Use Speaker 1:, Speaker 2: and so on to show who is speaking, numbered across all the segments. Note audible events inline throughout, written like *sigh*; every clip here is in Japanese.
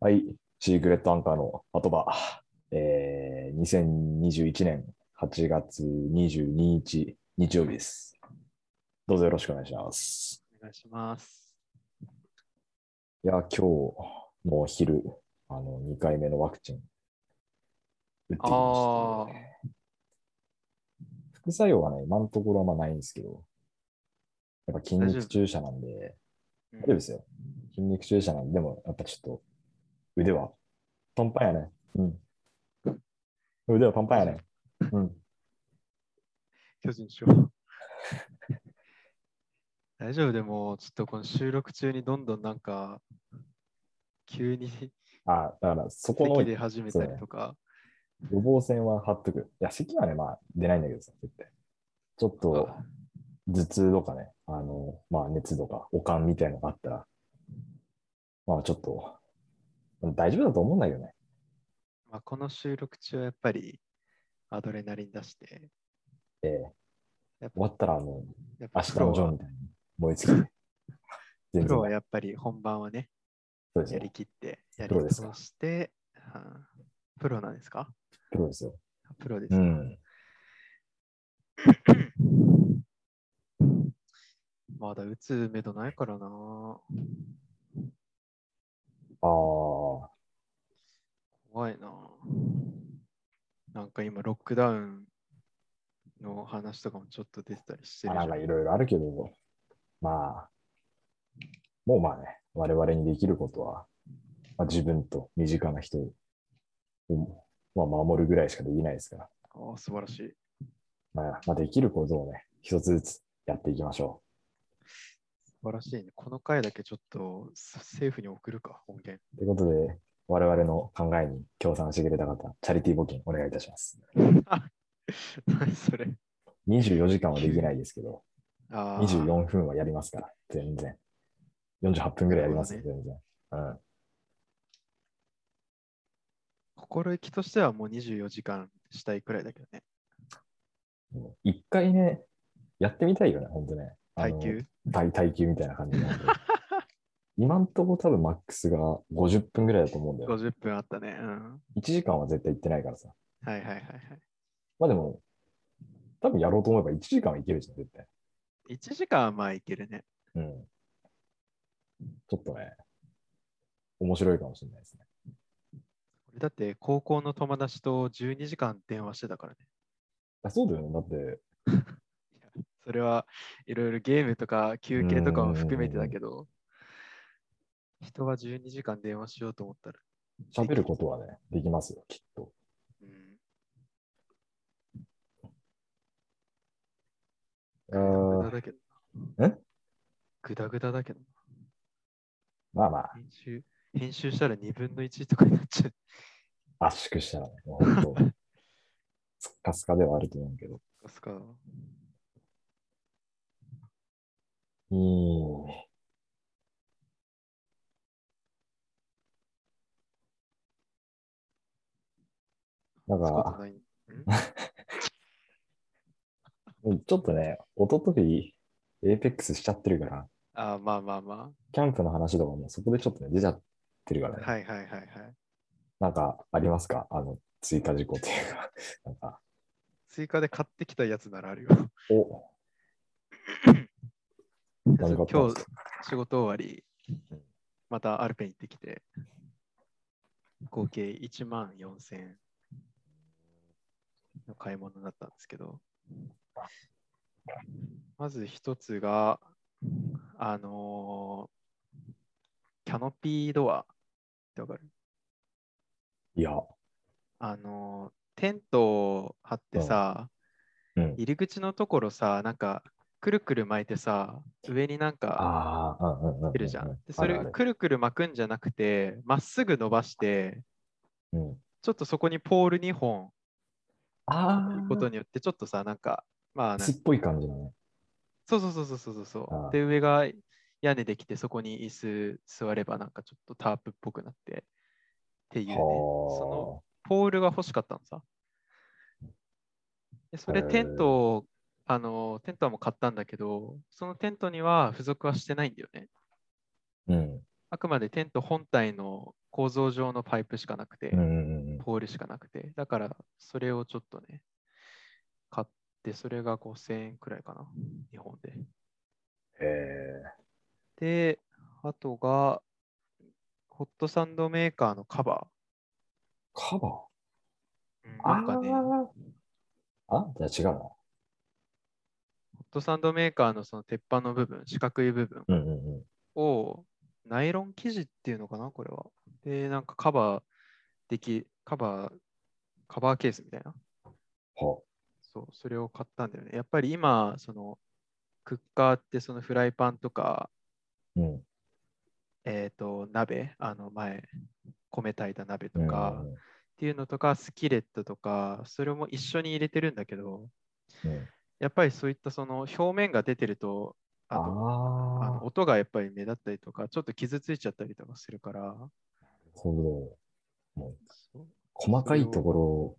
Speaker 1: はい、シークレットアンカーの後場、えー、2021年8月22日、日曜日です。どうぞよろしくお願いします。
Speaker 2: お願いします。
Speaker 1: いや、今日も昼、あの2回目のワクチン打ってきました、ね、副作用はね、今のところはまあないんですけど、やっぱ筋肉注射なんで、大丈夫ですよ。筋肉注射なんで、でもやっぱちょっと腕はパンパンやね。うん。腕はパンパンやね。うん。
Speaker 2: 巨人しよう。 *laughs* 大丈夫でも、ちょっとこの収録中にどんどんなんか、急に
Speaker 1: あ、だからそこの。
Speaker 2: で始めたりとか、
Speaker 1: ね、予防線は張っとく。いや、咳はね、まあ出ないんだけどさ、絶対。ちょっと、頭痛とかね、あの、まあ熱とか、悪寒みたいなのがあったら、まあちょっと、大丈夫だと思うんだけどね。
Speaker 2: まあ、この収録中はやっぱりアドレナリン出して。
Speaker 1: ええー。終わったらもう、明日のジョンみたいに燃え
Speaker 2: *laughs*
Speaker 1: 尽きて。
Speaker 2: プロはやっぱり本番はね、
Speaker 1: そうです
Speaker 2: ねやりきって、やり通して、はあ、プロなんですか
Speaker 1: プロですよ。
Speaker 2: プロです、ね、うん。まだ打つ目どないからな。
Speaker 1: ああ。
Speaker 2: 怖いな。なんか今、ロックダウンの話とかもちょっと出てたりしてる。
Speaker 1: なんかいろいろあるけど、まあ、もうまあね、我々にできることは、まあ、自分と身近な人を、まあ、守るぐらいしかできないですから。
Speaker 2: ああ、素晴らしい。
Speaker 1: まあ、まあ、できることをね、一つずつやっていきましょう。
Speaker 2: 素晴らしいね。この回だけちょっと政府に送るか、音源。 *laughs*
Speaker 1: ということで、我々の考えに協賛してくれた方、チャリティー募金お願いいたします。
Speaker 2: 何それ
Speaker 1: ?24 時間はできないですけど、24分はやりますから、全然。48分ぐらいやりますよ、ね、全然。うん。
Speaker 2: 心意気としてはもう24時間したいくらいだけどね。
Speaker 1: 一回ね、やってみたいよね、ほんとね。
Speaker 2: 耐久
Speaker 1: 耐耐久みたいな感じ
Speaker 2: *laughs*
Speaker 1: なんで。今んとこ多分マックスが50分ぐらいだと思うんだよ。
Speaker 2: 50分あったね。うん、1
Speaker 1: 時間は絶対行ってないからさ。
Speaker 2: はいはいはいはい。
Speaker 1: まあでも、多分やろうと思えば1時間はいけるじゃん、絶対。
Speaker 2: 1時間はまあいけるね。
Speaker 1: うん。ちょっとね、面白いかもしれないですね。
Speaker 2: だって高校の友達と12時間電話してたからね。
Speaker 1: あそうだよね。だって、
Speaker 2: それはいろいろゲームとか休憩とかも含めてだけど、人は12時間電話しようと思ったら。
Speaker 1: 喋ることはね、できますよ、きっと。
Speaker 2: うん。ぐだぐだだけど。
Speaker 1: え
Speaker 2: ぐだぐだだけど。
Speaker 1: まあまあ。
Speaker 2: 編集編集したら2分の1とかになっちゃう。
Speaker 1: 圧縮したらね、もう
Speaker 2: *laughs*
Speaker 1: 本当。スカスカではあると思うけど。
Speaker 2: スカスカ。
Speaker 1: うん。だから、ちょっとね、おととい、エーペックスしちゃってるから、
Speaker 2: あまあまあまあ。
Speaker 1: キャンプの話とかもそこでちょっとね、出ちゃってるからね。
Speaker 2: はいはいはいはい。
Speaker 1: なんかありますかあの、追加事項っていうか、 *laughs* なんか。
Speaker 2: 追加で買ってきたやつならあるよ。
Speaker 1: お
Speaker 2: *laughs* 今日仕事終わり、またアルペン行ってきて、合計1万4000円の買い物だったんですけど、まず一つが、あのー、キャノピードアってわかる
Speaker 1: いや。
Speaker 2: あのー、テントを張ってさ、うん、入り口のところさ、なんかくるくる巻いてさ上になんかいるじゃん。でそれくるくる巻くんじゃなくてまっすぐ伸ばして、
Speaker 1: うん、
Speaker 2: ちょっとそこにポール2本
Speaker 1: あ
Speaker 2: いうことによってちょっとさなんかまあ
Speaker 1: すっぽい感じのね。
Speaker 2: そうそうそうそうそうそう。で上が屋根できてそこに椅子座ればなんかちょっとタープっぽくなってっていうねそのポールが欲しかったのさ。でそれテントをあのテントはもう買ったんだけど、そのテントには付属はしてないんだよね。
Speaker 1: うん。
Speaker 2: あくまでテント本体の構造上のパイプしかなくて、
Speaker 1: うんうんうん
Speaker 2: ポールしかなくて、だからそれをちょっとね、買って、それが5000円くらいかな、日本で。
Speaker 1: へえ。
Speaker 2: で、あとが、ホットサンドメーカーのカバ
Speaker 1: カバー
Speaker 2: ー。うんなんかね、ホッ
Speaker 1: あーあじゃあ違うな。
Speaker 2: トサンドメーカーのその鉄板の部分、四角い部分
Speaker 1: うんうんうん。
Speaker 2: をナイロン生地っていうのかな、これは。で、なんかカバーでき、カバー、カバーケースみたいな。
Speaker 1: は
Speaker 2: そう、それを買ったんだよね。やっぱり今、そのクッカーってそのフライパンとか、
Speaker 1: うん。
Speaker 2: えっ、と、鍋、あの前、米炊いた鍋と
Speaker 1: うん
Speaker 2: かっていうのとか、スキレットとか、それも一緒に入れてるんだけど、
Speaker 1: うん
Speaker 2: やっぱりそういったその表面が出てると、あ
Speaker 1: あ
Speaker 2: とあの
Speaker 1: あ。
Speaker 2: 音がやっぱり目立ったりとか、ちょっと傷ついちゃったりとかするから、
Speaker 1: ほど。もう
Speaker 2: そう
Speaker 1: 細かいところ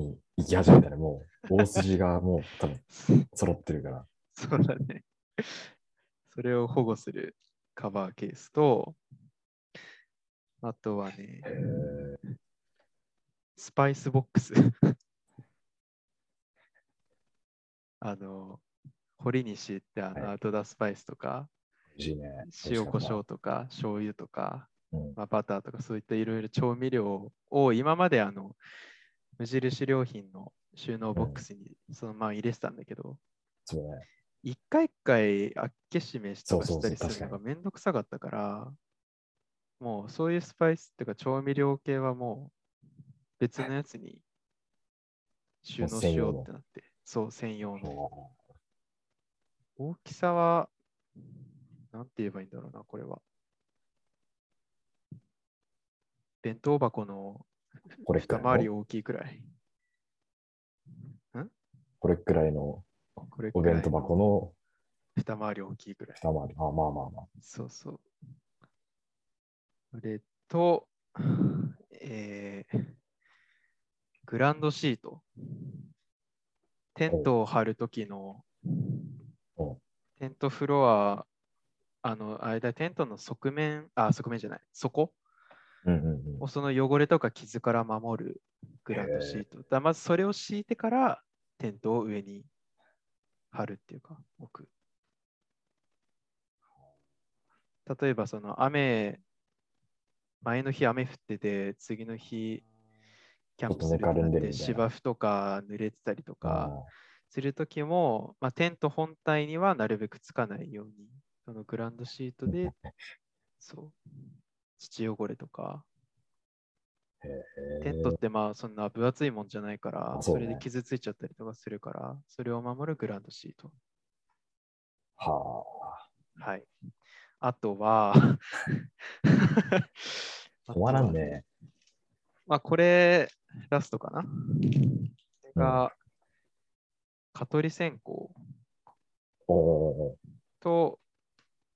Speaker 1: に行き始めたらもう大筋がもう多分揃ってるから。
Speaker 2: *laughs* そうだね。それを保護するカバーケースと、あとはね、
Speaker 1: へえ。
Speaker 2: スパイスボックス。 *laughs* あの、堀西ってあ
Speaker 1: は
Speaker 2: の
Speaker 1: い
Speaker 2: アウトダスパイスとか、
Speaker 1: 美味しいね。
Speaker 2: 塩、コショ
Speaker 1: ウ。
Speaker 2: ウとか、醤油とか、
Speaker 1: うん
Speaker 2: まあ、バターとかそういったいろいろ調味料を今まであの無印良品の収納ボックスにそのまま入れてたんだけど、
Speaker 1: そうね。
Speaker 2: 一回一回開け閉めした
Speaker 1: そう
Speaker 2: か
Speaker 1: そ
Speaker 2: し
Speaker 1: う
Speaker 2: た
Speaker 1: そう
Speaker 2: りするの
Speaker 1: 確か
Speaker 2: がめんどくさかったから、もうそういうスパイスっていうか調味料系はもう別のやつに収納しようってなって、そう、専用の。
Speaker 1: も
Speaker 2: 大きさは、なんて言えばいいんだろうな、これは。弁当箱の
Speaker 1: うこれく
Speaker 2: 二
Speaker 1: ら
Speaker 2: 回
Speaker 1: い
Speaker 2: り
Speaker 1: の、
Speaker 2: 大きいくらい。
Speaker 1: これくらいの
Speaker 2: これ
Speaker 1: お
Speaker 2: くら
Speaker 1: 弁
Speaker 2: い
Speaker 1: 当箱の
Speaker 2: 二回り大きいくらい。
Speaker 1: 二回り。あ、まあまあまあ。
Speaker 2: そうそう。それと、えー、グランドシート。テントを張るときの
Speaker 1: おう
Speaker 2: テントフロア、あの、間、テントの側面、あ、側面じゃない、底
Speaker 1: うんうんう
Speaker 2: を
Speaker 1: ん。
Speaker 2: その汚れとか傷から守るグランドシート。だまずそれを敷いてからテントを上に貼るっていうか、置く。例えばその雨、前の日雨降ってて、次の日キャンプするって
Speaker 1: ちょっとぬかる
Speaker 2: なんっ
Speaker 1: でる
Speaker 2: て
Speaker 1: みたいな
Speaker 2: 芝生とか濡れてたりとか
Speaker 1: あ
Speaker 2: するときも、まあ、テント本体にはなるべくつかないように、そのグランドシートで、そう、土汚れとか、
Speaker 1: ー
Speaker 2: テントってまあそんな分厚いもんじゃないから、
Speaker 1: あそ
Speaker 2: そう
Speaker 1: ね
Speaker 2: れで傷ついちゃったりとかするから、それを守るグランドシート。
Speaker 1: は
Speaker 2: はい。あとは、 *laughs*
Speaker 1: あ。止まらん
Speaker 2: あとは
Speaker 1: ね。
Speaker 2: まあこれ、ラストかな。これが、蚊取り線香
Speaker 1: おお
Speaker 2: と、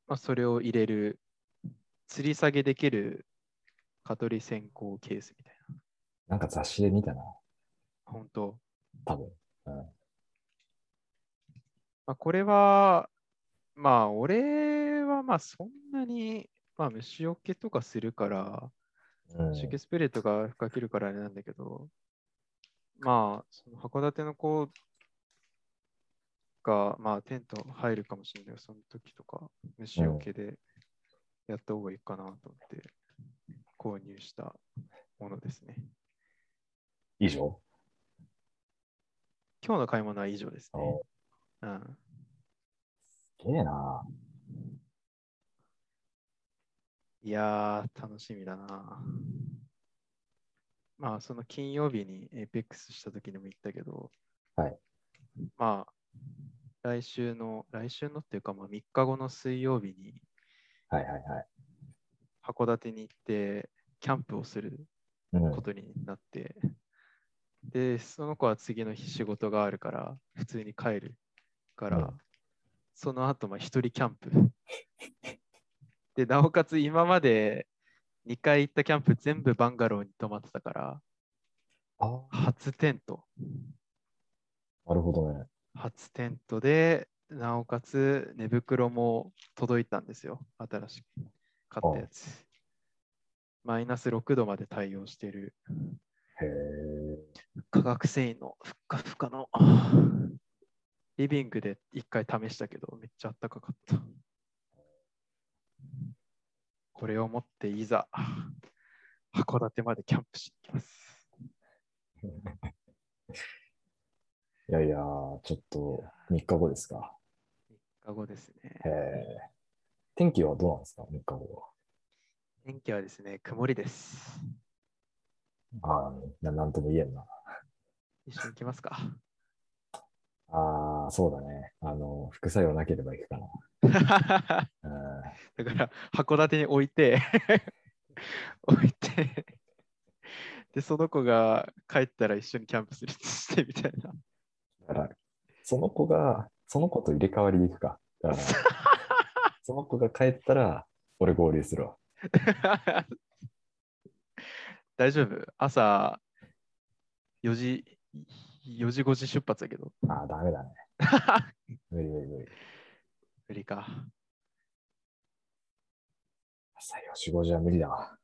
Speaker 2: まあ、それを入れる、吊り下げできる蚊取り線香ケースみたいな。
Speaker 1: ー。なんか雑誌で見たな。
Speaker 2: 本当
Speaker 1: 多分。
Speaker 2: まあ、これは、まあ、俺はまあそんなに、まあ、虫除けとかするから、
Speaker 1: うん。
Speaker 2: 虫除けスプレーとか吹っかけるからあれなんだけど、まあ、その函館の子が、まあ、テント入るかもしれないその時とか、虫除けでやった方がいいかなと思って購入したものですね。
Speaker 1: 以上
Speaker 2: 今日の買い物は以上ですね。
Speaker 1: お
Speaker 2: うん、
Speaker 1: すげえな。
Speaker 2: いやー、楽しみだな。まあ、その金曜日にエイペックスした時にも言ったけど、
Speaker 1: はい。
Speaker 2: まあ、来週の、来週のっていうか、まあ、3日後の水曜日に
Speaker 1: はいはいはい。
Speaker 2: 函館に行って、キャンプをする
Speaker 1: うん。
Speaker 2: ことになって、で、その子は次の日仕事があるから、普通に帰るから、
Speaker 1: うん
Speaker 2: その後、まあ、一人キャンプ。で、なおかつ今まで2回行ったキャンプ全部バンガローに泊まってたから、
Speaker 1: あー
Speaker 2: 初テント。
Speaker 1: なるほどね。
Speaker 2: 初テントで、なおかつ寝袋も届いたんですよ、新しく。買ったやつ。マイナス6度まで対応してる。
Speaker 1: へえ。
Speaker 2: 化学繊維のふっかふかの。リビングで一回試したけど、めっちゃあったかかった。これを持っていざ、函館までキャンプしに行きます。
Speaker 1: いやいや、ちょっと3日後ですか。
Speaker 2: 3日後ですね。
Speaker 1: 天気はどうなんですか、3日後は。
Speaker 2: 天気はですね、曇りです。
Speaker 1: ああ、なんとも言えんな。
Speaker 2: 一緒に行きます *laughs* か。
Speaker 1: ああ、そうだね。あの、副作用なければ行くか
Speaker 2: な。うん、だから、函館に置いて *laughs* 置いてで、その子が帰ったら一緒にキャンプするしてみたいな。
Speaker 1: だから、その子が、その子と入れ替わりに行くか。だから、 *laughs* その子が帰ったら、俺合流するわ。
Speaker 2: *laughs* 大丈夫朝4時、4時5時出発だけど。 *laughs*
Speaker 1: ああ、ダメだね。無理無理無理。
Speaker 2: 無理か。
Speaker 1: 朝4時5時は無理だわ。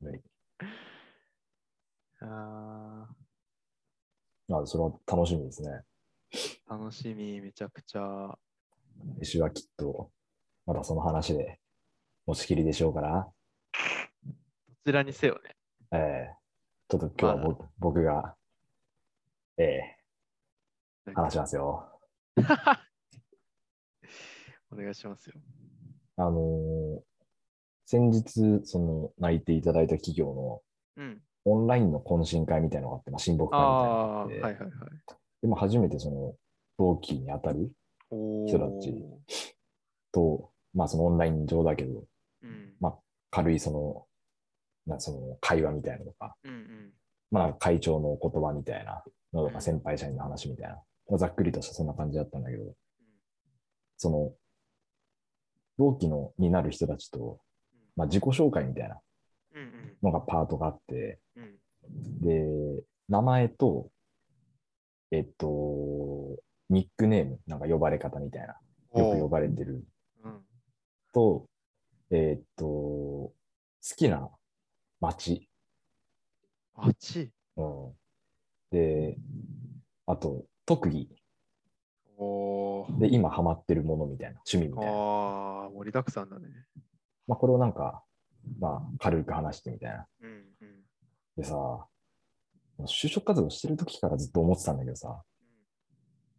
Speaker 1: 無理。
Speaker 2: あ
Speaker 1: あ。あ、それは楽しみですね。
Speaker 2: 楽しみ、めちゃくちゃ。
Speaker 1: 石はきっと、まだその話で持ちきりでしょうから。
Speaker 2: どちらにせよね。
Speaker 1: ええーちょっと今日は僕,、僕が、ええ、話しますよ。
Speaker 2: お願いしますよ。
Speaker 1: あのー、先日、その、泣いていただいた企業
Speaker 2: の、うん、
Speaker 1: オンラインの懇親会みたいなのがあって、まあ、親睦会み
Speaker 2: たいなのがあって、はいはいはい、
Speaker 1: でも初めてその、同期に当たる人たちと、まあそのオンライン上だけど、
Speaker 2: うん、
Speaker 1: まあ軽いその、なその会話みたいなのとか、
Speaker 2: うんうん、
Speaker 1: まあ会長の言葉みたいなのとか、先輩社員の話みたいな、まあ、ざっくりとしたそんな感じだったんだけど、うん、その、同期のになる人たちと、まあ自己紹介みたいなのがパートがあって、、
Speaker 2: うんうん
Speaker 1: で、名前と、えっと、ニックネーム、なんか呼ばれ方みたいな、よく呼ばれてる。
Speaker 2: うん、
Speaker 1: と、えっと、好きな街。
Speaker 2: 街
Speaker 1: うん。で、あと、特技。
Speaker 2: お
Speaker 1: で、今ハマってるものみたいな、趣味みたいな。
Speaker 2: ああ、盛りだくさんだね。
Speaker 1: まあ、これをなんか、まあ、軽く話してみたいな。
Speaker 2: うんうん、
Speaker 1: でさ、就職活動してる時からずっと思ってたんだけどさ、うん、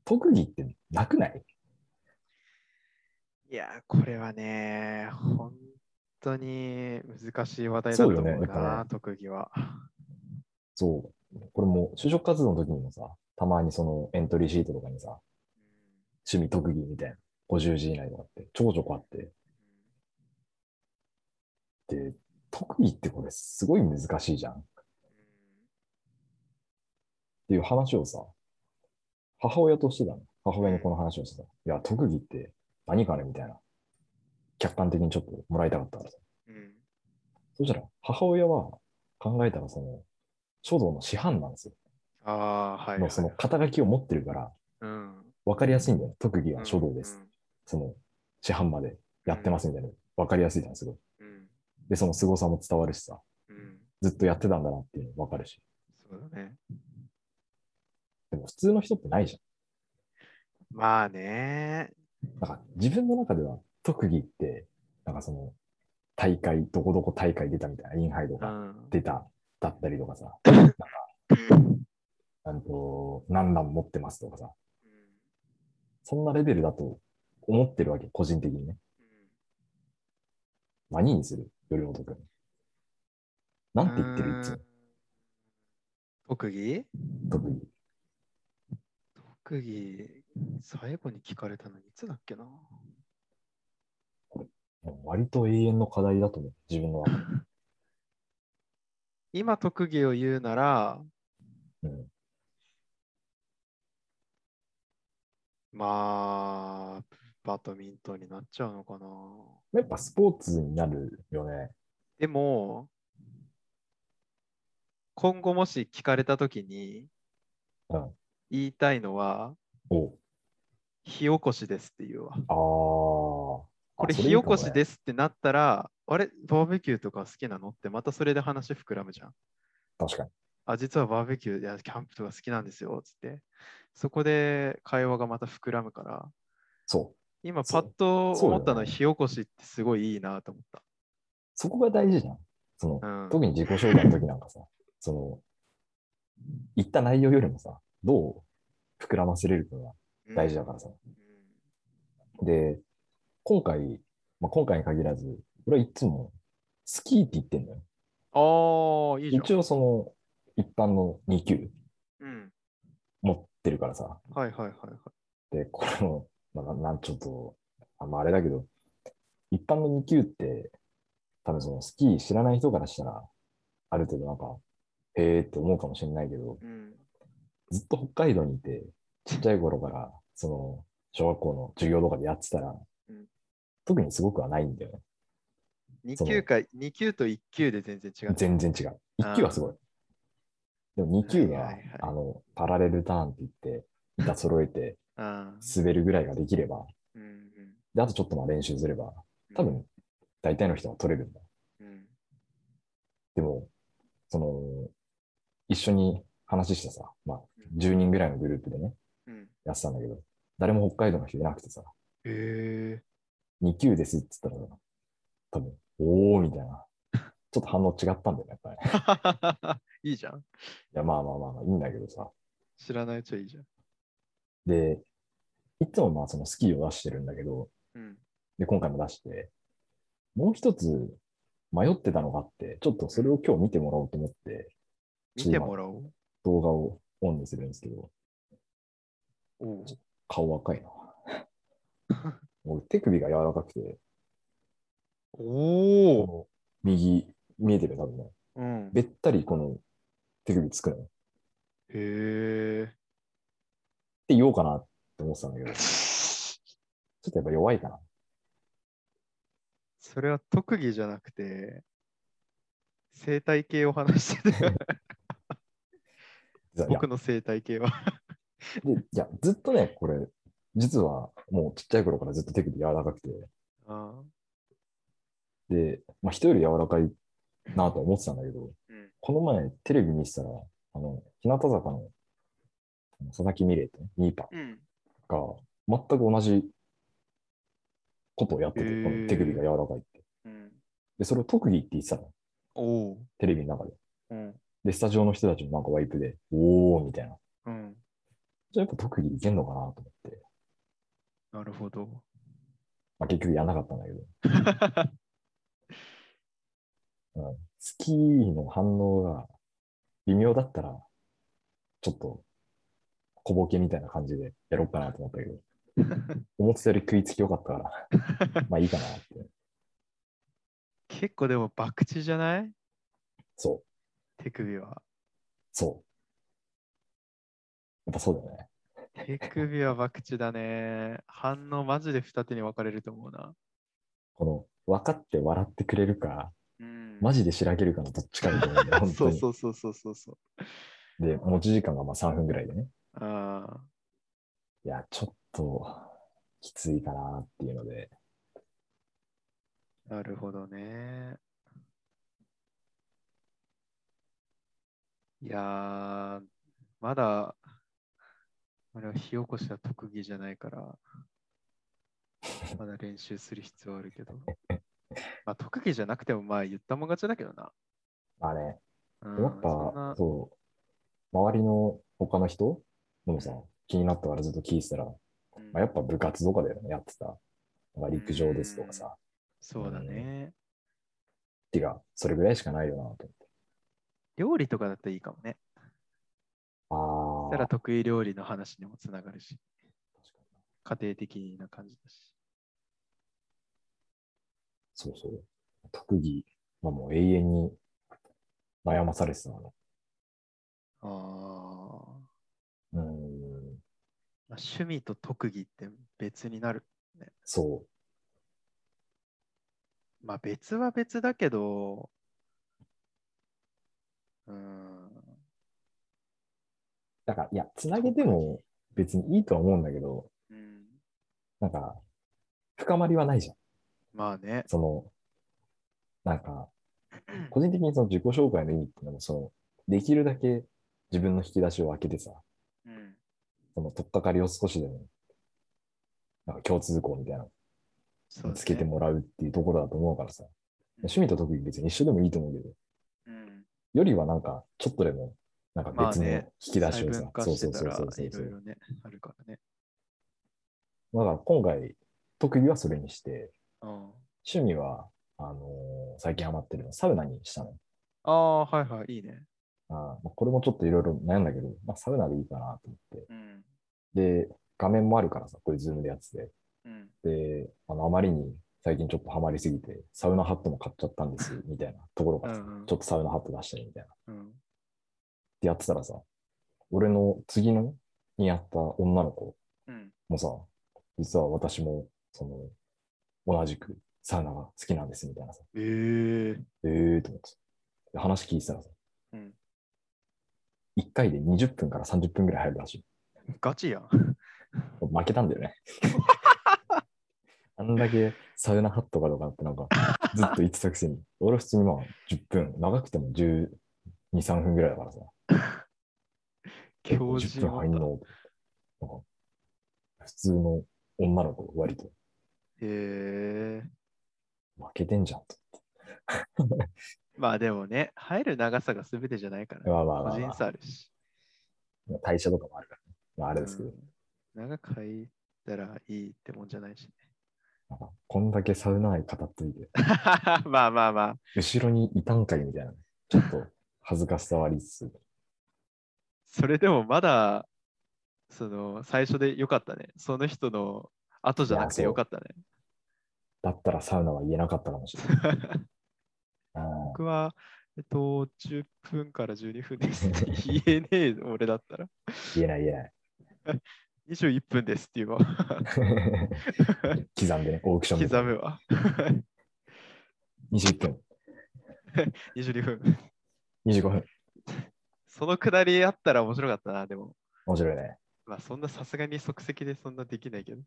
Speaker 1: 特技ってなくない
Speaker 2: いや、これはね、本本当に難しい話題だと思うな、ね、か特技は。
Speaker 1: そう。これも就職活動の時にもさ、たまにそのエントリーシートとかにさ、うん、趣味特技みたいな、50字以内とかって、ちょこちょこあって。うん、で、特技ってこれすごい難しいじゃん。うん、っていう話をさ、母親としてたの。母親にこの話をしてた。いや、特技って何かねみたいな。客観的にちょっともらいたかったからさ。
Speaker 2: うん、
Speaker 1: そしたら、母親は考えたら、その、書道の師範なんですよ。
Speaker 2: ああ、はい、はい、
Speaker 1: のその肩書きを持ってるから、
Speaker 2: うん、
Speaker 1: 分かりやすいんだよ。特技は書道です。
Speaker 2: うん、
Speaker 1: その、師範までやってますみたいな。分かりやすいじゃん、すごい。
Speaker 2: うん、
Speaker 1: で、その凄さも伝わるしさ、
Speaker 2: うん、
Speaker 1: ずっとやってたんだなっていうの分かるし。
Speaker 2: そうだね。
Speaker 1: でも、普通の人ってないじゃん。
Speaker 2: まあね。
Speaker 1: なんか自分の中では特技って、なんかその、大会、どこどこ大会出たみたいな、インハイとか出た、だったりとかさ、なんか、あの、何段持ってますとかさ、そんなレベルだと思ってるわけ、個人的にね。何にするよりも特に。なんて言ってるいつも。
Speaker 2: 特技
Speaker 1: 特技。
Speaker 2: 特技、最後に聞かれたのいつだっけな
Speaker 1: 割と永遠の課題だと思う、自分の
Speaker 2: *laughs*
Speaker 1: 中で。
Speaker 2: 今、特技を言うなら、
Speaker 1: うん、
Speaker 2: まあ、バドミントンになっちゃうのかな。
Speaker 1: やっぱスポーツになるよね。
Speaker 2: でも、今後もし聞かれたときに、
Speaker 1: うん、
Speaker 2: 言いたいのは、
Speaker 1: お
Speaker 2: 火起こしですっていうわ。
Speaker 1: ああ。
Speaker 2: これ火起こしですってなったら、あれ、バーベキューとか好きなのってまたそれで話膨らむじゃん。
Speaker 1: 確かに。
Speaker 2: あ、実はバーベキューやキャンプとか好きなんですよ、つって。そこで会話がまた膨らむから。
Speaker 1: そう。
Speaker 2: 今、パッと思ったのは火起こしってすごいいいなと思った。
Speaker 1: そ,、こが大事じゃん。その、うん、特に自己紹介の時なんかさ、 *laughs* その、言った内容よりもさ、どう膨らませれるかが大事だからさ。うん、で、今回、まあ、今回に限らず、俺はいつもスキーって言ってんだよ。
Speaker 2: ああ、いいじゃん。
Speaker 1: 一応その一般の2級、
Speaker 2: うん、
Speaker 1: 持ってるからさ。。
Speaker 2: はいはいはい、はい
Speaker 1: で、これも、まあ、なんちょっと、あまあ、あれだけど、一般の2級って、多分そのスキー知らない人からしたら、ある程度なんか、へえって思うかもしれないけど、
Speaker 2: うん、
Speaker 1: ずっと北海道にいて、ちっちゃい頃から、その、小学校の授業とかでやってたら、
Speaker 2: うん、
Speaker 1: 特にすごくはないんだよね。
Speaker 2: 2級か、2級と1級で全然違う。
Speaker 1: 全然違う。1級はすごい。でも2級は、あの、パラレルターンって言って、板揃えて、滑るぐらいができれば、
Speaker 2: うんうん、
Speaker 1: で、あとちょっとまあ練習すれば、多分、大体の人は取れるんだ。
Speaker 2: うん、
Speaker 1: でも、その、一緒に話したさ、まあ、10人ぐらいのグループでね、
Speaker 2: うん、
Speaker 1: やってたんだけど、誰も北海道の人いなくてさ、
Speaker 2: え
Speaker 1: ー、2級ですって言ったら、多分、おーみたいな。 *laughs* ちょっと反応違ったんだよね、
Speaker 2: やっぱり、ね。 *laughs* いいじゃん。い
Speaker 1: や、まあまあまあまあ、いいんだけどさ。
Speaker 2: 知らないうちはいいじゃん。
Speaker 1: で、いつもまあそのスキーを出してるんだけ
Speaker 2: ど、うん、
Speaker 1: で、今回も出して、もう一つ迷ってたのがあって、ちょっとそれを今日見てもらおうと思って、
Speaker 2: 見てもらおう
Speaker 1: 動画をオンにするんですけど、
Speaker 2: お
Speaker 1: 顔赤いな。 *laughs* 俺手首が柔らかくて、
Speaker 2: おお
Speaker 1: 右、見えてる多分ね。
Speaker 2: うん、
Speaker 1: べったりこの手首つくの。
Speaker 2: へえ。って
Speaker 1: 言おうかなって思ってたんだけど、ちょっとやっぱ弱いかな。
Speaker 2: それは特技じゃなくて、生態系を話してた。僕の生態系は
Speaker 1: で。いや、ずっとね、これ、実はもうちっちゃい頃からずっと手首柔らかくて。
Speaker 2: ああ
Speaker 1: で、まあ、人より柔らかいなと思ってたんだけど、
Speaker 2: うん、
Speaker 1: この前テレビ見てたら、あの、日向坂の佐々木美玲と、ね、ニーパが全く同じことをやってて、
Speaker 2: うん、
Speaker 1: この手首が柔らかいって。
Speaker 2: えーうん、
Speaker 1: で、それを特技って言ってたの。
Speaker 2: お
Speaker 1: テレビの中で、
Speaker 2: うん。
Speaker 1: で、スタジオの人たちもなんかワイプで、おーみたいな。
Speaker 2: うん、
Speaker 1: じゃあやっぱ特技いけんのかなと思って。
Speaker 2: なるほど。
Speaker 1: まあ、結局やらなかったんだけど。うん、スキーの反応が微妙だったら、ちょっと小ボケみたいな感じでやろうかなと思ったけ
Speaker 2: *laughs*
Speaker 1: ど、思ってたより食いつきよかったから、まあいいかなって。
Speaker 2: *laughs* 結構でも博打じゃない。
Speaker 1: そう
Speaker 2: 手首は。
Speaker 1: そう。やっぱそうだよ
Speaker 2: ね。手首は博打だね。反応マジで二手に分かれると思うな。
Speaker 1: この分かって笑ってくれるか、
Speaker 2: うん、
Speaker 1: マジでしらけるかのどっちかみたい
Speaker 2: *laughs*
Speaker 1: な、ね。。
Speaker 2: そうそうそうそうそうそう
Speaker 1: で、持ち時間がまあ3分ぐらいでね。
Speaker 2: ああ。
Speaker 1: いや、ちょっときついかなっていうので。
Speaker 2: なるほどね。いやまだ、あれは火起こしは特技じゃないから、まだ練習する必要あるけど。まあ、特技じゃなくても、まあ、言ったもん勝ちだけどな。
Speaker 1: まあね、
Speaker 2: うん、
Speaker 1: やっぱそ、そう、周りの他の人もさ、気になったからずっと聞いてたら、うん、まあ、やっぱ部活とかだよね、やってた。まあ、陸上ですとかさ。うん、
Speaker 2: そうだね。
Speaker 1: てか、それぐらいしかないよなと思って。
Speaker 2: 料理とかだったらいいかもね。
Speaker 1: ああ。
Speaker 2: たら得意料理の話にもつながるし、家庭的な感じだし。
Speaker 1: そうそう。特技はもう永遠に悩まされてたの。
Speaker 2: あ
Speaker 1: あ。うん。
Speaker 2: 趣味と特技って別になる、ね。。
Speaker 1: そう
Speaker 2: まあ別は別だけど、うん。
Speaker 1: だから、いや、つなげても別にいいとは思うんだけど、
Speaker 2: うん、
Speaker 1: なんか、深まりはないじゃん。
Speaker 2: まあね。
Speaker 1: その、なんか、個人的にその自己紹介の意味っていうのも、その、できるだけ自分の引き出しを開けてさ、
Speaker 2: うん。
Speaker 1: その、取っかかりを少しでも、なんか共通項みたいな
Speaker 2: そう
Speaker 1: の
Speaker 2: ね
Speaker 1: つけてもらうっていうところだと思うからさ、
Speaker 2: うん
Speaker 1: 趣味と特技別に一緒でもいいと思うけど、
Speaker 2: うん。
Speaker 1: よりはなんか、ちょっとでも、なんか別の
Speaker 2: まあ
Speaker 1: 引
Speaker 2: ね
Speaker 1: き出し
Speaker 2: 細
Speaker 1: をさ、
Speaker 2: 分化
Speaker 1: そう
Speaker 2: し
Speaker 1: そ
Speaker 2: て
Speaker 1: う
Speaker 2: た
Speaker 1: そう
Speaker 2: ら
Speaker 1: そうそう
Speaker 2: い
Speaker 1: そう
Speaker 2: ろいろね、あるからね。
Speaker 1: だから今回、特技はそれにして、
Speaker 2: うん。
Speaker 1: 趣味は、あのー最近ハマってるの、サウナにしたの。
Speaker 2: ああ、はいはい、いいね。
Speaker 1: あーまあこれもちょっといろいろ悩んだけど、まあ、サウナでいいかなと思っ
Speaker 2: うん。
Speaker 1: て。で、画面もあるからさ、これズームでやつで。
Speaker 2: うん。
Speaker 1: で、あの、あまりに最近ちょっとハマりすぎて、サウナハットも買っちゃったんです、みたいなところからさ、
Speaker 2: うんうん
Speaker 1: ちょっとサウナハット出したりみたいな。っ
Speaker 2: うん。
Speaker 1: てやってたらさ、俺の次のにやった女の子
Speaker 2: うん。
Speaker 1: もさ、実は私も、その、同じくサウナが好きなんです、みたいなさ。
Speaker 2: ええ
Speaker 1: えーと思って。で話聞いてたらさ、
Speaker 2: うん。
Speaker 1: 1回で20分から30分ぐらい入るらしい。
Speaker 2: ガチやん。
Speaker 1: 負けたんだよ
Speaker 2: *laughs*
Speaker 1: ね。あんだけサウナハットかとかってなんかずっと言ってたくせに、俺は普通にまあ10分、長くても12、3分ぐらいだからさ、
Speaker 2: 強
Speaker 1: 10
Speaker 2: 靭
Speaker 1: 分入んの、なんか普通の女の子割と
Speaker 2: へえ
Speaker 1: 負けてんじゃんと。
Speaker 2: まあでもね、入る長さが全てじゃないから、
Speaker 1: まあまあ
Speaker 2: 個
Speaker 1: まあ、
Speaker 2: 人
Speaker 1: ま
Speaker 2: 差あるし。
Speaker 1: あ、代謝とかもあるから、ね、まああれですけど、
Speaker 2: うん長く入ったらいいってもんじゃないし *laughs* ね。
Speaker 1: なんかこんだけサウナ愛語っといて、
Speaker 2: まあまあまあ、
Speaker 1: 後ろにいたんかいみたいな、ちょっと恥ずかしさはありつつ、
Speaker 2: それでもまだ、その、最初でよかったね。その人の後じゃなくてよかったね。
Speaker 1: だったらサウナは言えなかったかもしれない。うん
Speaker 2: 僕は、えっと、10分から12分
Speaker 1: *laughs*
Speaker 2: です。言えねえ、俺だったら。
Speaker 1: 言えない言えない。
Speaker 2: 21分ですって言う
Speaker 1: *laughs*
Speaker 2: わ。
Speaker 1: 刻んでね、オークションで
Speaker 2: 刻むわ。
Speaker 1: 20分、
Speaker 2: 22分。
Speaker 1: 25分。
Speaker 2: そのくだりあったら面白かったな、でも。
Speaker 1: 面白いね。
Speaker 2: まあそんなさすがに即席でそんなできないけど。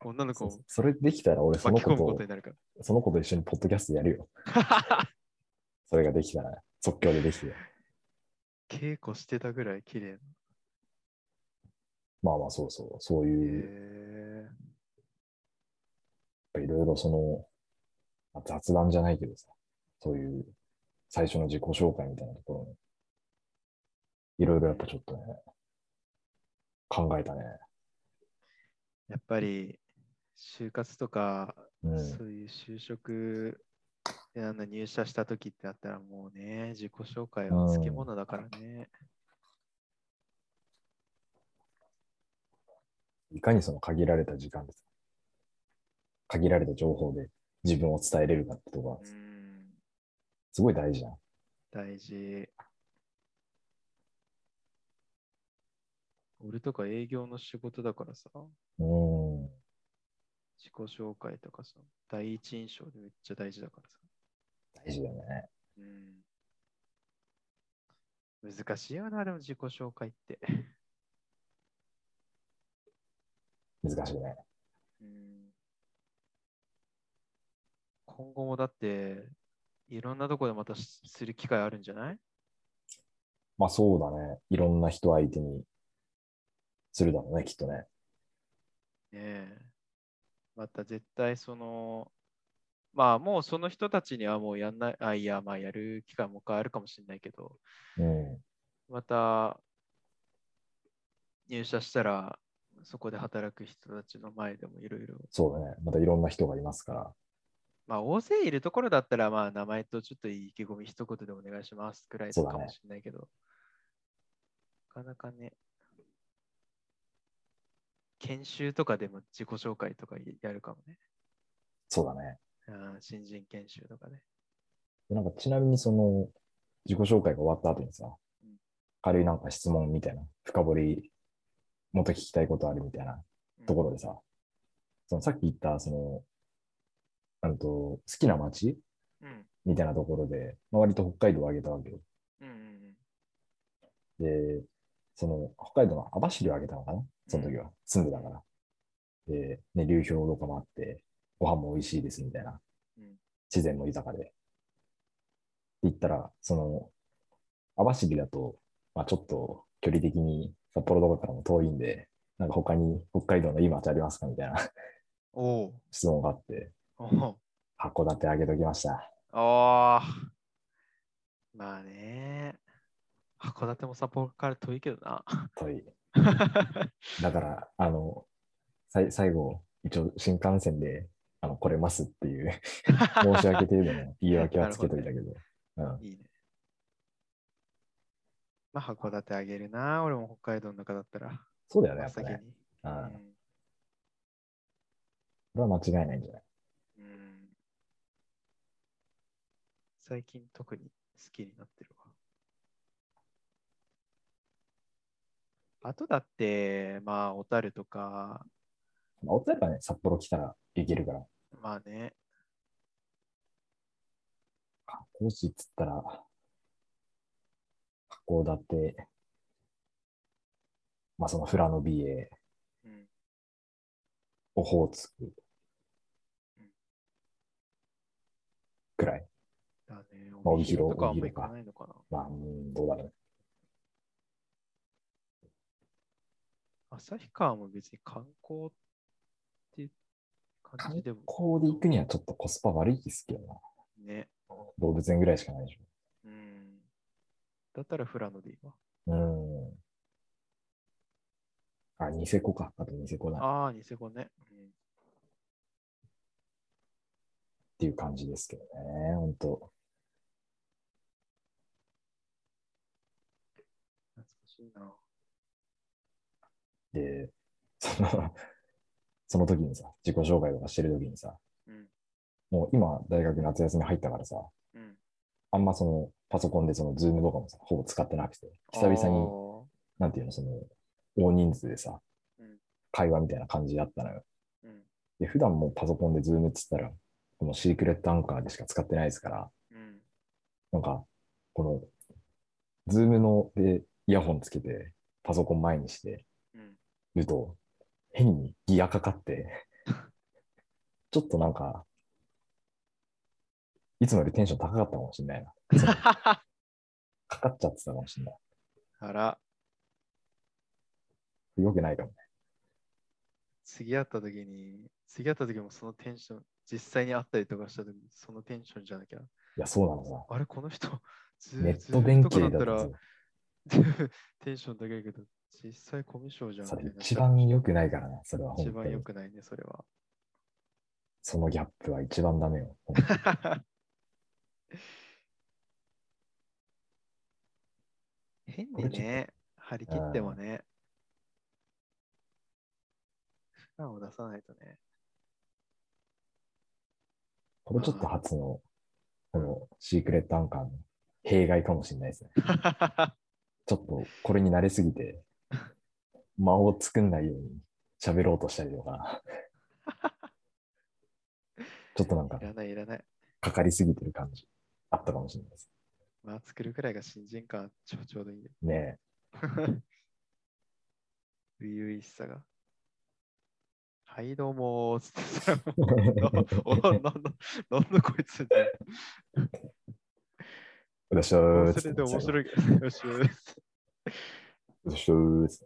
Speaker 2: 女の子
Speaker 1: そ
Speaker 2: を
Speaker 1: それできたら俺その
Speaker 2: 巻き
Speaker 1: こ
Speaker 2: 込む
Speaker 1: と
Speaker 2: こ
Speaker 1: を
Speaker 2: とになるから。
Speaker 1: その子と一緒にポッドキャストやるよ。それができたら、即興でできて。
Speaker 2: 稽古してたぐらい綺麗な。
Speaker 1: まあまあそうそう、そういう、やっ
Speaker 2: へ
Speaker 1: ぱいろいろその、まあ雑談じゃないけどさ、そういう最初の自己紹介みたいなところに、いろいろやっぱちょっとね、考えたね。
Speaker 2: えやっぱり就活とか、
Speaker 1: うん
Speaker 2: そ。ういう就職あの入社した時ってあったらもうね、自己紹介はつきものだからね。
Speaker 1: いかにその限られた時間でさ、限られた情報で自分を伝えれるかってとこは
Speaker 2: うん、
Speaker 1: すごい大事じゃん。
Speaker 2: 大事。俺とか営業の仕事だからさ、
Speaker 1: うん。
Speaker 2: 自己紹介とかさ、第一印象でめっちゃ大事だからさ。
Speaker 1: 大事だよね。
Speaker 2: うん、難しいよな、でも自己紹介って。
Speaker 1: 難しいね。
Speaker 2: うん、今後もだって、いろんなとこでまたしする機会あるんじゃない
Speaker 1: まあそうだね。いろんな人相手にするだろうね、きっとね。
Speaker 2: ねえ。また絶対その、まあもうその人たちにはもうやんない、あ、いや、まあやる機会もう一回あるかもしれないけど、
Speaker 1: うん。
Speaker 2: また入社したら、そこで働く人たちの前でもいろいろ
Speaker 1: そうだね。またいろんな人がいますから。
Speaker 2: まあ、大勢いるところだったら、まあ、名前とちょっと意気込み一言でお願いしますくらい
Speaker 1: そ
Speaker 2: か
Speaker 1: うだね
Speaker 2: もしれないけど、なかなかね、研修とかでも自己紹介とかやるかもね。
Speaker 1: そうだね。
Speaker 2: うん新人研修とかね。
Speaker 1: でなんかちなみにその、自己紹介が終わった後にさ
Speaker 2: うん、
Speaker 1: 軽いなんか質問みたいな、深掘り、もっと聞きたいことあるみたいなところでさ、そのさっき言った、その、あのと、好きな街
Speaker 2: うん。
Speaker 1: みたいなところで、まあ、割と北海道を挙げたわけよ。
Speaker 2: うん。うん
Speaker 1: で、その、北海道の網走を挙げたのかなその時は、住んでたから。で、ね、流氷とかもあって、ご飯も美味しいですみたいな。自然も豊かで。って言ったら、その、網走だと、まあ、ちょっと距離的に札幌とかからも遠いんで、なんか他に北海道のいい街ありますかみたいな *laughs*
Speaker 2: おう
Speaker 1: 質問があって、
Speaker 2: お
Speaker 1: 函館あげときました。
Speaker 2: ああ。まあね。函館も札幌から遠いけどな。 *laughs*
Speaker 1: 遠い。だから、あの、さい最後、一応新幹線であの来れますっていう申し訳程度の言い訳 *laughs* はつけといたけど。どね、
Speaker 2: うん、いいね。まあ、函館あげるな。俺も北海道の中だったら。
Speaker 1: そうだよね、やっぱね。うん。こ、う、れ、ん、は間違いないんじゃない
Speaker 2: うん。最近特に好きになってるわ。あとだって、まあ、小樽とか。
Speaker 1: まあ、小樽はね、札幌来たらいけるから。
Speaker 2: まあね。
Speaker 1: 観光地っつったら、函館、まあその富良野美瑛、
Speaker 2: うん、
Speaker 1: オホーツク、くらい。
Speaker 2: だね。帯広とかあんま行かないのかな。
Speaker 1: まあ、うん、どうだろうね。
Speaker 2: 旭川も別に観光って感じでも。
Speaker 1: 観光で行くにはちょっとコスパ悪いですけど
Speaker 2: な。ね。
Speaker 1: 動物園ぐらいしかないでしょ。
Speaker 2: うん。だったら富良野でいいわ。
Speaker 1: うん。あ、ニセコか。あとニセコだ。
Speaker 2: ああ、ニセコね、うん。って
Speaker 1: いう感じですけどね、本当。
Speaker 2: 懐かしいな。
Speaker 1: で、その *laughs* その時にさ、自己紹介とかしてる時にさ、
Speaker 2: うん、
Speaker 1: もう今、大学夏休み入ったからさ、
Speaker 2: うん、
Speaker 1: あんまその、パソコンでその、ズームとかもさ、ほぼ使ってなくて、久々に、なんていうの、その、大人数でさ、
Speaker 2: うん、
Speaker 1: 会話みたいな感じだったのよ。
Speaker 2: うん、
Speaker 1: で、普段もパソコンでズームっつったら、このシークレットアンカーでしか使ってないですから、
Speaker 2: うん、
Speaker 1: なんか、この、ズームのでイヤホンつけて、パソコン前にして、ると、変にギアかかってちょっとなんか、いつもよりテンション高かったかもしれないな。かかっちゃってたかもしれない。
Speaker 2: あら。
Speaker 1: よくないかもね。
Speaker 2: 次会った時に、次会った時もそのテンション、実際に会ったりとかした時に、そのテンションじゃなきゃ。い
Speaker 1: や、そうなのさ。
Speaker 2: あれ、この人、
Speaker 1: ずネット電気だったら、
Speaker 2: *laughs* テンション高いけど、実際コミュ障じゃん。
Speaker 1: それ一番良くないからね、それは
Speaker 2: 一番良くないね、それは。
Speaker 1: そのギャップは一番ダメ
Speaker 2: *laughs*
Speaker 1: よ。
Speaker 2: 変にね、張り切ってもね、普段を出さないと *laughs* ね。
Speaker 1: これちょっと初の、このシークレットアンカーの弊害かもしれないですね。ちょっとこれに慣れすぎて、間を作んないように喋ろうとしたりと
Speaker 2: *laughs*
Speaker 1: か、ちょっとなんか、
Speaker 2: いらない、いらない。
Speaker 1: かかりすぎてる感じ、あったかもしれないです。
Speaker 2: まあ、作るくらいが新人感ちょちょうどいい *laughs*
Speaker 1: ね
Speaker 2: ね。
Speaker 1: え。
Speaker 2: 初々しさが。はい、どうもー。つって *laughs* おなんだ、なんだこいつ。
Speaker 1: うだしょ
Speaker 2: それで面 *laughs* 白い。うだしょー。
Speaker 1: うだしょー。そ
Speaker 2: れ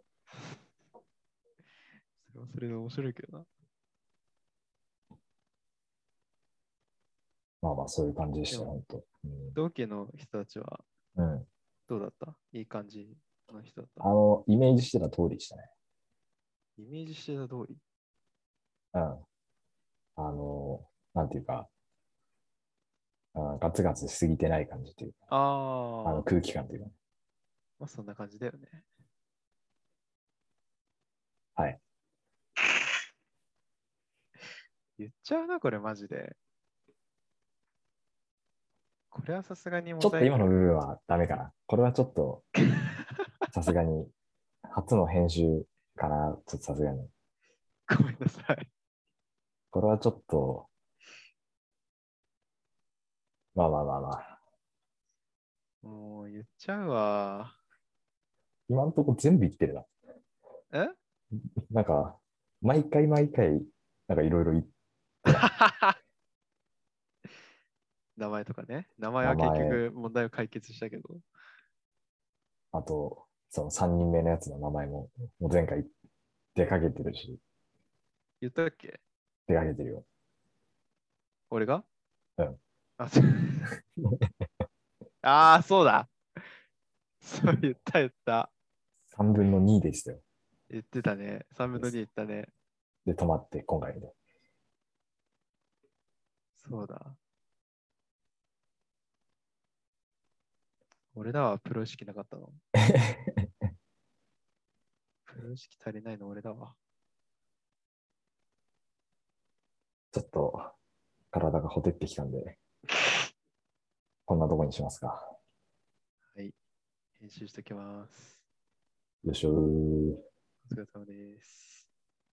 Speaker 2: はそれで面白いけどな。
Speaker 1: まあまあ、そういう感じでした、本当、
Speaker 2: うん。同期の人たちは、
Speaker 1: うん、
Speaker 2: どうだったいい感じの人だった
Speaker 1: あの、イメージしてた通りでしたね。
Speaker 2: イメージしてた通り
Speaker 1: うん。あの、なんていうか、あガツガツしすぎてない感じというか、
Speaker 2: あ
Speaker 1: あの空気感というか、ね、
Speaker 2: まあそんな感じだよね。
Speaker 1: はい。
Speaker 2: 言っちゃうな、これマジで。これはさすがに
Speaker 1: ちょっと今の部分はダメかな。これはちょっと、さすがに、初の編集かな、ちょっとさすがに。
Speaker 2: ごめんなさい。
Speaker 1: これはちょっと、まあまあまあまあ。
Speaker 2: もう言っちゃうわ。 *laughs*
Speaker 1: 今んとこ全部言ってるな。
Speaker 2: え
Speaker 1: なんか、毎回毎回、なんかいろいろ
Speaker 2: 名前とかね。名前は結局問題を解決したけど。
Speaker 1: あと、その3人目のやつの名前も、もう前回出かけてるし、
Speaker 2: 言ったっけ
Speaker 1: 出かけてるよ。
Speaker 2: 俺が
Speaker 1: うん。*laughs*
Speaker 2: あ、そうあー、そうだ。そう言った言った。
Speaker 1: 3分の2でしたよ。
Speaker 2: 言ってたね。3分の2言ったね。
Speaker 1: で、止まって、今回で。
Speaker 2: そうだ。俺だわ、プロ意識なかったの。プロ意識足りないの俺だわ。
Speaker 1: ちょっと、体がほてってきたんで、こんなとこにしますか。
Speaker 2: 編集しときます。
Speaker 1: よいしょー。
Speaker 2: お疲れ様です。